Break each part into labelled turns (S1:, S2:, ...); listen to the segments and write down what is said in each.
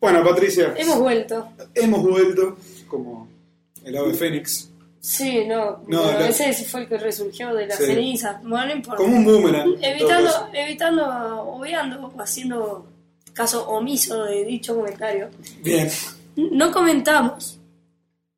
S1: Bueno, Patricia,
S2: Hemos vuelto.
S1: hemos vuelto como el ave fénix,
S2: Sí, no.
S1: No,
S2: bueno,
S1: la-
S2: Ese ese fue el que resurgió de las
S1: Sí.
S2: cenizas. Bueno, no importa.
S1: como un boomerang.
S2: Evitando, evitando, obviando o haciendo caso omiso de dicho comentario,
S1: Bien,
S2: no comentamos,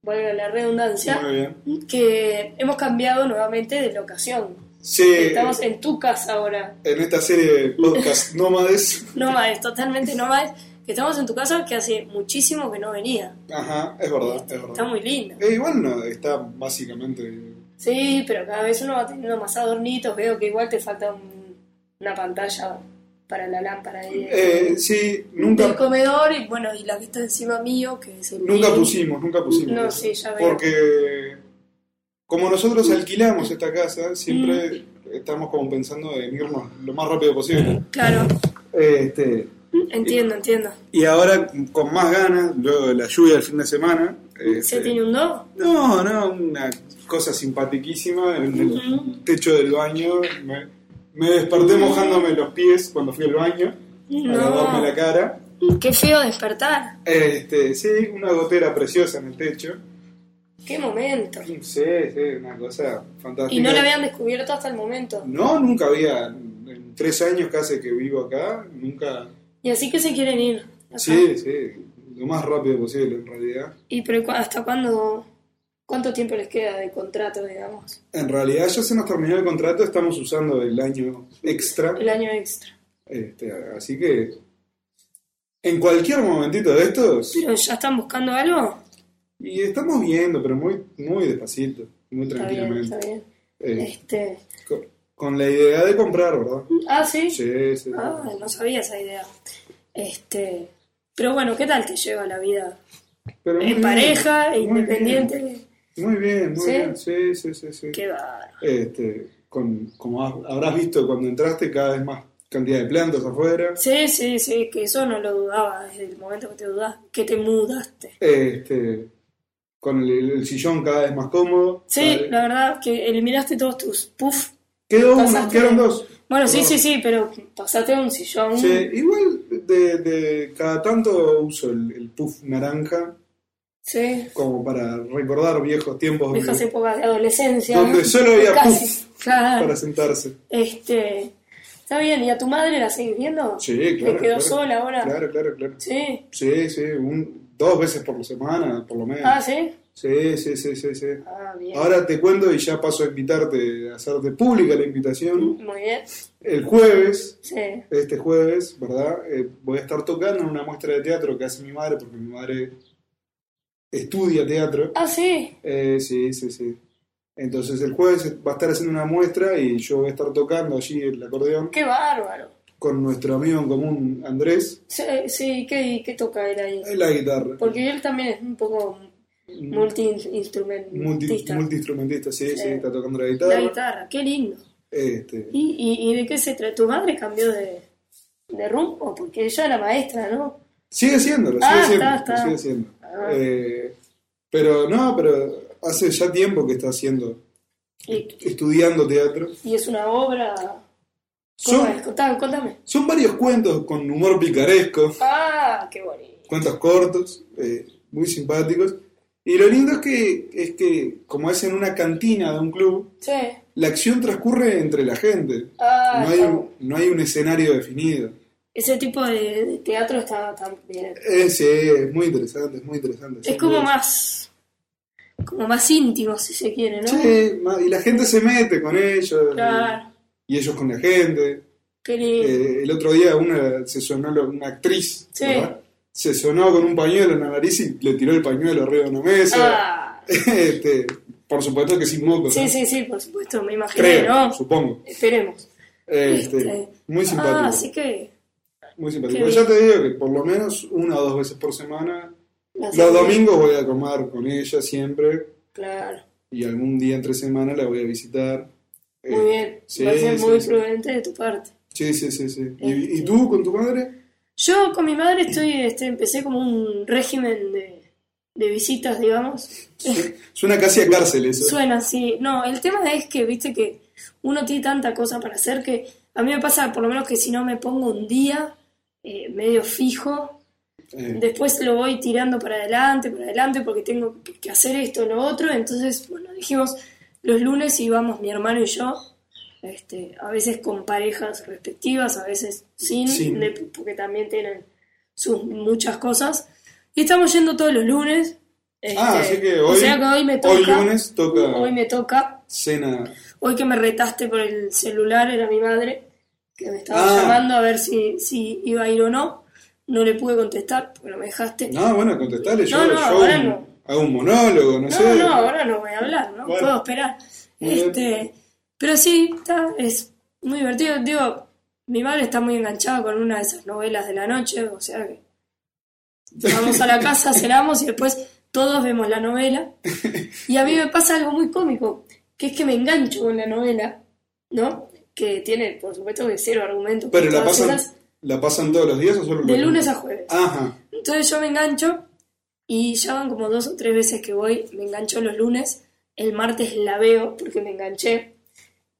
S2: valga la redundancia,
S1: muy bien.
S2: que hemos cambiado nuevamente de locación.
S1: Sí,
S2: Estamos en tu casa ahora.
S1: en esta serie de podcast nómades.
S2: Nómades, totalmente nómades. Que estamos en tu casa que hace muchísimo que no venía.
S1: Ajá, es verdad, es verdad.
S2: Está muy linda.
S1: Eh, igual no, está básicamente.
S2: Sí, pero cada vez uno va teniendo más adornitos. Veo que igual te falta un- una pantalla para la lámpara ahí de-
S1: Eh, sí,
S2: del
S1: nunca,
S2: comedor y bueno, y la que está encima mío, que es el
S1: nunca
S2: living.
S1: pusimos, nunca pusimos.
S2: No,
S1: eso.
S2: sí, ya veo.
S1: Porque como nosotros alquilamos esta casa, siempre
S2: Mm.
S1: estamos como pensando en irnos lo más rápido posible.
S2: Claro,
S1: Este,
S2: entiendo, entiendo.
S1: y ahora con más ganas, luego de la lluvia del fin de semana.
S2: ¿Se
S1: este,
S2: tiene un do?
S1: No, no, una cosa simpaticísima en el
S2: Ujú. Mm.
S1: techo del baño. Me, me desperté mojándome los pies cuando fui al baño para
S2: No.
S1: darme la cara.
S2: Qué feo despertar.
S1: Este, sí, una gotera preciosa en el techo.
S2: Qué momento.
S1: Sí, sí, una cosa fantástica.
S2: Y no la habían descubierto hasta el momento.
S1: No, nunca había. En tres años casi que vivo acá, nunca.
S2: Y así que se quieren ir. Ajá.
S1: Sí, sí, lo más rápido posible en realidad.
S2: ¿Y pero cu- hasta cuándo? ¿Cuánto tiempo les queda de contrato, digamos?
S1: En realidad ya se nos terminó el contrato, estamos usando el año extra.
S2: El año extra.
S1: Este, así que en cualquier momentito de estos,
S2: ¿Pero ya están buscando algo?
S1: y estamos viendo, pero muy, muy despacito, muy
S2: Está bien, está
S1: tranquilamente.
S2: bien.
S1: Eh,
S2: Este...
S1: con, con la idea de comprar, ¿verdad?
S2: Ah, ¿sí?
S1: Sí, sí.
S2: Ah, no sabía esa idea. Este... Pero bueno, ¿qué tal te lleva la vida?
S1: Pero muy
S2: En
S1: bien,
S2: pareja, e
S1: muy bien,
S2: independiente.
S1: Muy bien, muy
S2: ¿Sí?
S1: bien, sí, sí, sí. sí.
S2: Qué bárbaro.
S1: Este, con, como has- habrás visto cuando entraste, cada vez más cantidad de plantas afuera.
S2: Sí, sí, sí, que eso no lo dudaba desde el momento que te dudas, que te mudaste.
S1: Este, con el, el sillón cada vez más cómodo.
S2: Sí,
S1: Cada-
S2: la verdad que eliminaste todos tus puff.
S1: Quedó uno,
S2: pasaste-
S1: quedaron dos.
S2: Bueno, sí,
S1: Perdón.
S2: sí, sí, pero pasaste a un sillón.
S1: Sí, igual de, de cada tanto uso el, el puff naranja
S2: Sí.
S1: como para recordar viejos tiempos donde,
S2: Viejas épocas de adolescencia.
S1: donde solo había
S2: Casi.
S1: puff
S2: Claro.
S1: para sentarse.
S2: Este. Está bien, ¿y a tu madre la seguís viendo?
S1: Sí,
S2: Que
S1: claro,
S2: quedó
S1: claro.
S2: sola ahora.
S1: Claro, claro, claro.
S2: Sí.
S1: Sí, sí, un- dos veces por la semana, por lo menos.
S2: Ah, sí.
S1: Sí, sí, sí, sí, sí.
S2: Ah, bien.
S1: Ahora te cuento y ya paso a invitarte, a hacerte pública la invitación.
S2: Muy bien.
S1: El jueves,
S2: Sí.
S1: este jueves, ¿verdad? Eh, voy a estar tocando en una muestra de teatro que hace mi madre, porque mi madre estudia teatro.
S2: Ah, sí.
S1: Eh, sí, sí, sí. Entonces el jueves va a estar haciendo una muestra y yo voy a estar tocando allí el acordeón
S2: Qué bárbaro.
S1: con nuestro amigo en común, Andrés,
S2: Sí, sí, ¿qué, qué toca él ahí?
S1: en la guitarra. Mm,
S2: Porque él también es un poco multi-instrumentista.
S1: Multi- Multiinstrumentista, sí, sí,
S2: Sí.
S1: está tocando la
S2: La
S1: guitarra.
S2: guitarra, qué lindo.
S1: Este,
S2: ¿Y, y, y de qué se trata? ¿Tu madre cambió de, de rumbo? Porque ella era maestra, ¿no?
S1: Sigue haciéndolo, sigue
S2: Ah,
S1: haciéndolo,
S2: está, está.
S1: sigue haciendo.
S2: Ah.
S1: Eh, pero no, pero hace ya tiempo que está haciendo,
S2: Y,
S1: estudiando teatro.
S2: y es una obra... ¿Cómo es?
S1: Son,
S2: Contame, contame.
S1: son varios cuentos con humor picaresco,
S2: Ah, qué bonito.
S1: cuentos cortos, eh, muy simpáticos. Y lo lindo es que, es que, como es en una cantina de un club,
S2: Sí.
S1: la acción transcurre entre la gente.
S2: Ah,
S1: No hay,
S2: está
S1: un- no hay un escenario definido.
S2: Ese tipo de, de teatro está tan bien.
S1: Es, Eh, es muy interesante, es muy interesante.
S2: Es como más... Como más íntimo, si se quiere, ¿no?
S1: Sí, ma- y la gente se mete con ellos.
S2: Claro.
S1: y ellos con la gente.
S2: Qué lindo.
S1: Eh, el otro día una se sonó lo- una actriz,
S2: Sí.
S1: ¿verdad? Se sonó con un pañuelo en la nariz y le tiró el pañuelo arriba de una mesa.
S2: ah...
S1: Este, por supuesto que sin mocos.
S2: Sí,
S1: ¿no?
S2: sí, sí, por supuesto, me imagino,
S1: Creo,
S2: ¿no?
S1: supongo.
S2: Esperemos.
S1: Este,
S2: Este.
S1: Muy simpático.
S2: Ah, así que.
S1: Muy simpático.
S2: Qué
S1: Pero ya te digo que por lo menos una o dos veces por semana. Los domingos voy a comer con ella siempre.
S2: Claro,
S1: Y algún día entre semana la voy a visitar. Eh,
S2: muy bien.
S1: sí,
S2: Parece
S1: sí,
S2: muy
S1: sí.
S2: prudente de tu parte.
S1: Sí, sí, sí, sí. ¿Y,
S2: Este.
S1: y tú con tu madre?
S2: Yo con mi madre estoy, este, empecé como un régimen de, de visitas, digamos.
S1: Suena casi a cárcel eso.
S2: Suena así. No, el tema es que, viste, que uno tiene tanta cosa para hacer que a mí me pasa, por lo menos, que si no me pongo un día eh, medio fijo,
S1: Eh.
S2: Después lo voy tirando para adelante, para adelante, porque tengo que- que hacer esto, lo otro. Entonces, bueno, dijimos, los lunes íbamos mi hermano y yo, este, a veces con parejas respectivas, a veces sin,
S1: Sin.
S2: de- porque también tienen sus muchas cosas. Y estamos yendo todos los lunes.
S1: Ah,
S2: este,
S1: así que
S2: o
S1: hoy-
S2: sea que hoy me toca.
S1: hoy lunes toca-
S2: Hoy me toca.
S1: Cena.
S2: Hoy que me retaste por el celular era mi madre, que me estaba
S1: Ah.
S2: llamando a ver si, si iba a ir o no. No le pude contestar porque no me dejaste. No,
S1: No, bueno, contestale. Yo,
S2: No, no,
S1: yo
S2: ahora
S1: hago, un,
S2: no.
S1: hago un monólogo, no,
S2: no,
S1: sé.
S2: ahora no voy a hablar, no
S1: Bueno.
S2: puedo esperar.
S1: Muy bien.
S2: Este, pero sí, está, es muy divertido. Digo, mi madre está muy enganchada con una de esas novelas de la noche, o sea que vamos a la casa, cenamos y después todos vemos la novela. Y a mí me pasa algo muy cómico, que es que me engancho con la novela, ¿no? Que tiene, por supuesto, que cero argumento.
S1: Pero la
S2: todas
S1: pasan,
S2: esas,
S1: la pasan todos los días o solo
S2: de lunes a jueves.
S1: Ajá.
S2: Entonces yo me engancho y ya van como dos o tres veces que voy, me engancho los lunes, el martes la veo porque me enganché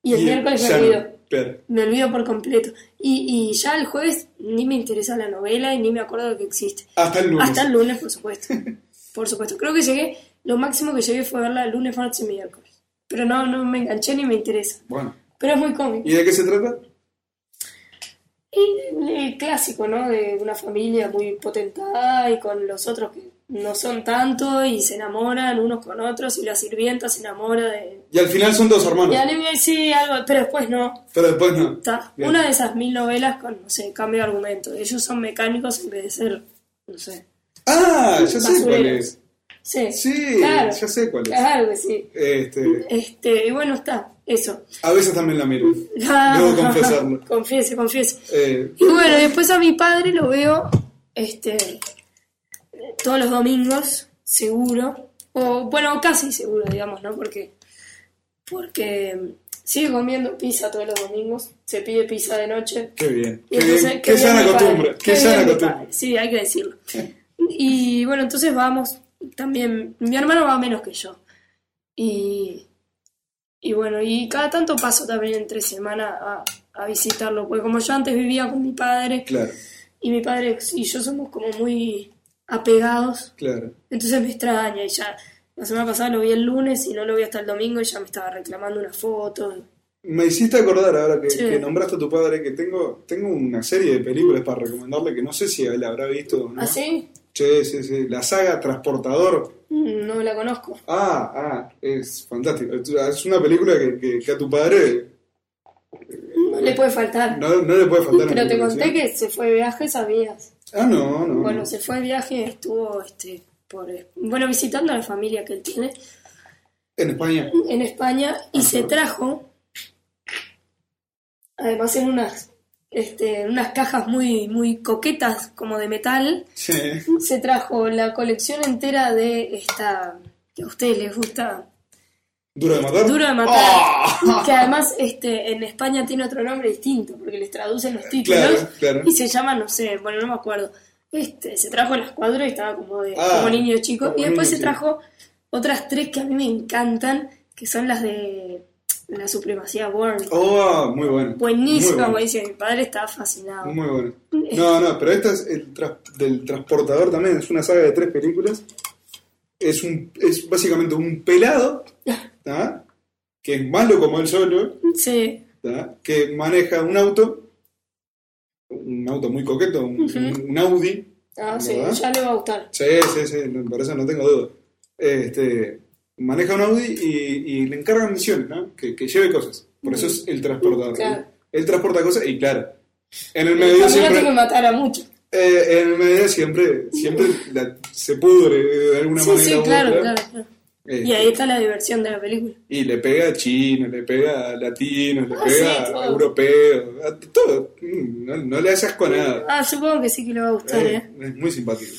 S2: y el miércoles me
S1: ya no.
S2: olvido.
S1: Claro.
S2: Me olvido por completo. Y, y ya el jueves ni me interesa la novela y ni me acuerdo de que existe.
S1: Hasta el lunes.
S2: Hasta el lunes, por supuesto. Por supuesto. Creo que llegué, lo máximo que llegué fue verla el lunes, martes y miércoles. Pero no, no me enganché ni me interesa.
S1: Bueno.
S2: Pero es muy cómico.
S1: ¿Y de qué se trata?
S2: Y el clásico, ¿no? De una familia muy potentada y con los otros que no son tanto y se enamoran unos con otros y la sirvienta se enamora de...
S1: Y al final son dos hermanos.
S2: Y anime sí, algo, pero después no.
S1: Pero después no.
S2: Está.
S1: Bien.
S2: Una de esas mil novelas con, no sé, cambio de argumento. Ellos son mecánicos en vez de ser, no sé.
S1: Ah, ya sé cuál
S2: Basureros.
S1: es.
S2: Sí,
S1: Sí,
S2: Claro.
S1: ya sé cuál es.
S2: claro que sí.
S1: Este,
S2: Este, y bueno, está, eso.
S1: a veces también la miro. Debo confesarlo.
S2: Confiese, confiese.
S1: Eh,
S2: Y bueno, después a mi padre lo veo este, todos los domingos, seguro. O bueno, casi seguro, digamos, ¿no? Porque, porque sigue comiendo pizza todos los domingos. Se pide pizza de noche.
S1: qué bien.
S2: Y
S1: Qué
S2: entonces,
S1: bien.
S2: qué
S1: Qué
S2: bien
S1: sana
S2: mi padre,
S1: costumbre.
S2: qué
S1: Qué sana
S2: bien mi
S1: costumbre.
S2: padre. Sí, hay que decirlo. Y bueno, entonces vamos. También, mi hermano va menos que yo. Y, y bueno, y cada tanto paso también entre semana a, a visitarlo. Porque como yo antes vivía con mi padre,
S1: Claro,
S2: y mi padre y yo somos como muy apegados,
S1: claro.
S2: entonces me extraña. Y ya la semana pasada lo vi el lunes y no lo vi hasta el domingo y ya me estaba reclamando una foto.
S1: Me hiciste acordar ahora que,
S2: Sí.
S1: que nombraste a tu padre que tengo, tengo una serie de películas para recomendarle que no sé si él habrá visto o no.
S2: ¿Así?
S1: Sí, sí, sí. La saga Transportador.
S2: No la conozco.
S1: Ah, ah, es fantástico. Es- Es una película que, que- que a tu padre
S2: No le puede faltar.
S1: no, no le puede faltar. en
S2: Pero te
S1: la
S2: conté
S1: televisión.
S2: que se fue de viaje, sabías.
S1: Ah, no, no.
S2: Bueno,
S1: no.
S2: se fue de viaje, estuvo este, por, eh, bueno, visitando a la familia que él tiene
S1: En España.
S2: en España y se trajo, además en unas, este, en unas cajas muy, muy coquetas, como de metal,
S1: Sí.
S2: se trajo la colección entera de esta, que a ustedes les gusta,
S1: ¿Duro de matar?
S2: Duro de Matar.
S1: ¡Ah!
S2: que además este, en España tiene otro nombre distinto, porque les traducen los títulos
S1: Claro, claro.
S2: y se llama, no sé, bueno, no me acuerdo. Este, se trajo las cuadras y estaba como, de,
S1: Ah,
S2: como niño chico.
S1: como
S2: y después
S1: niño
S2: se
S1: chico.
S2: trajo otras tres que a mí me encantan, que son las de la supremacía Born.
S1: Oh, muy bueno.
S2: Buenísima,
S1: Muy bueno.
S2: buenísima. Mi padre estaba fascinado. Eh,
S1: Muy bueno. No, no, pero esta es el tras- del transportador también, es una saga de tres películas. Es un es básicamente un pelado, ¿tá? que es malo como él solo,
S2: Sí,
S1: ¿tá? que maneja un auto, un auto muy coqueto, un,
S2: Ujú.
S1: un Audi.
S2: ah, sí,
S1: ¿Verdad?
S2: ya le va a gustar.
S1: Sí, sí, sí, no, por eso no tengo duda. Este, maneja un Audi y, y le encargan misiones, ¿no? Que, que lleve cosas. Por eso es el transportador.
S2: Claro.
S1: Él, él transporta cosas y claro. En el medio
S2: Imagínate
S1: siempre.
S2: que me matara mucho.
S1: Eh, en el medio siempre, siempre la- se pudre eh, de alguna
S2: Sí,
S1: manera.
S2: sí,
S1: u
S2: claro,
S1: otra.
S2: claro, claro.
S1: Este,
S2: Y ahí está la diversión de la película.
S1: y le pega a chinos, le pega a latinos, le
S2: Ah,
S1: pega
S2: sí, todo.
S1: a europeos, a todo. Mm, No, no le haces con nada.
S2: Ah, supongo que sí que le va a gustar,
S1: Eh,
S2: ¿eh?
S1: es muy simpático.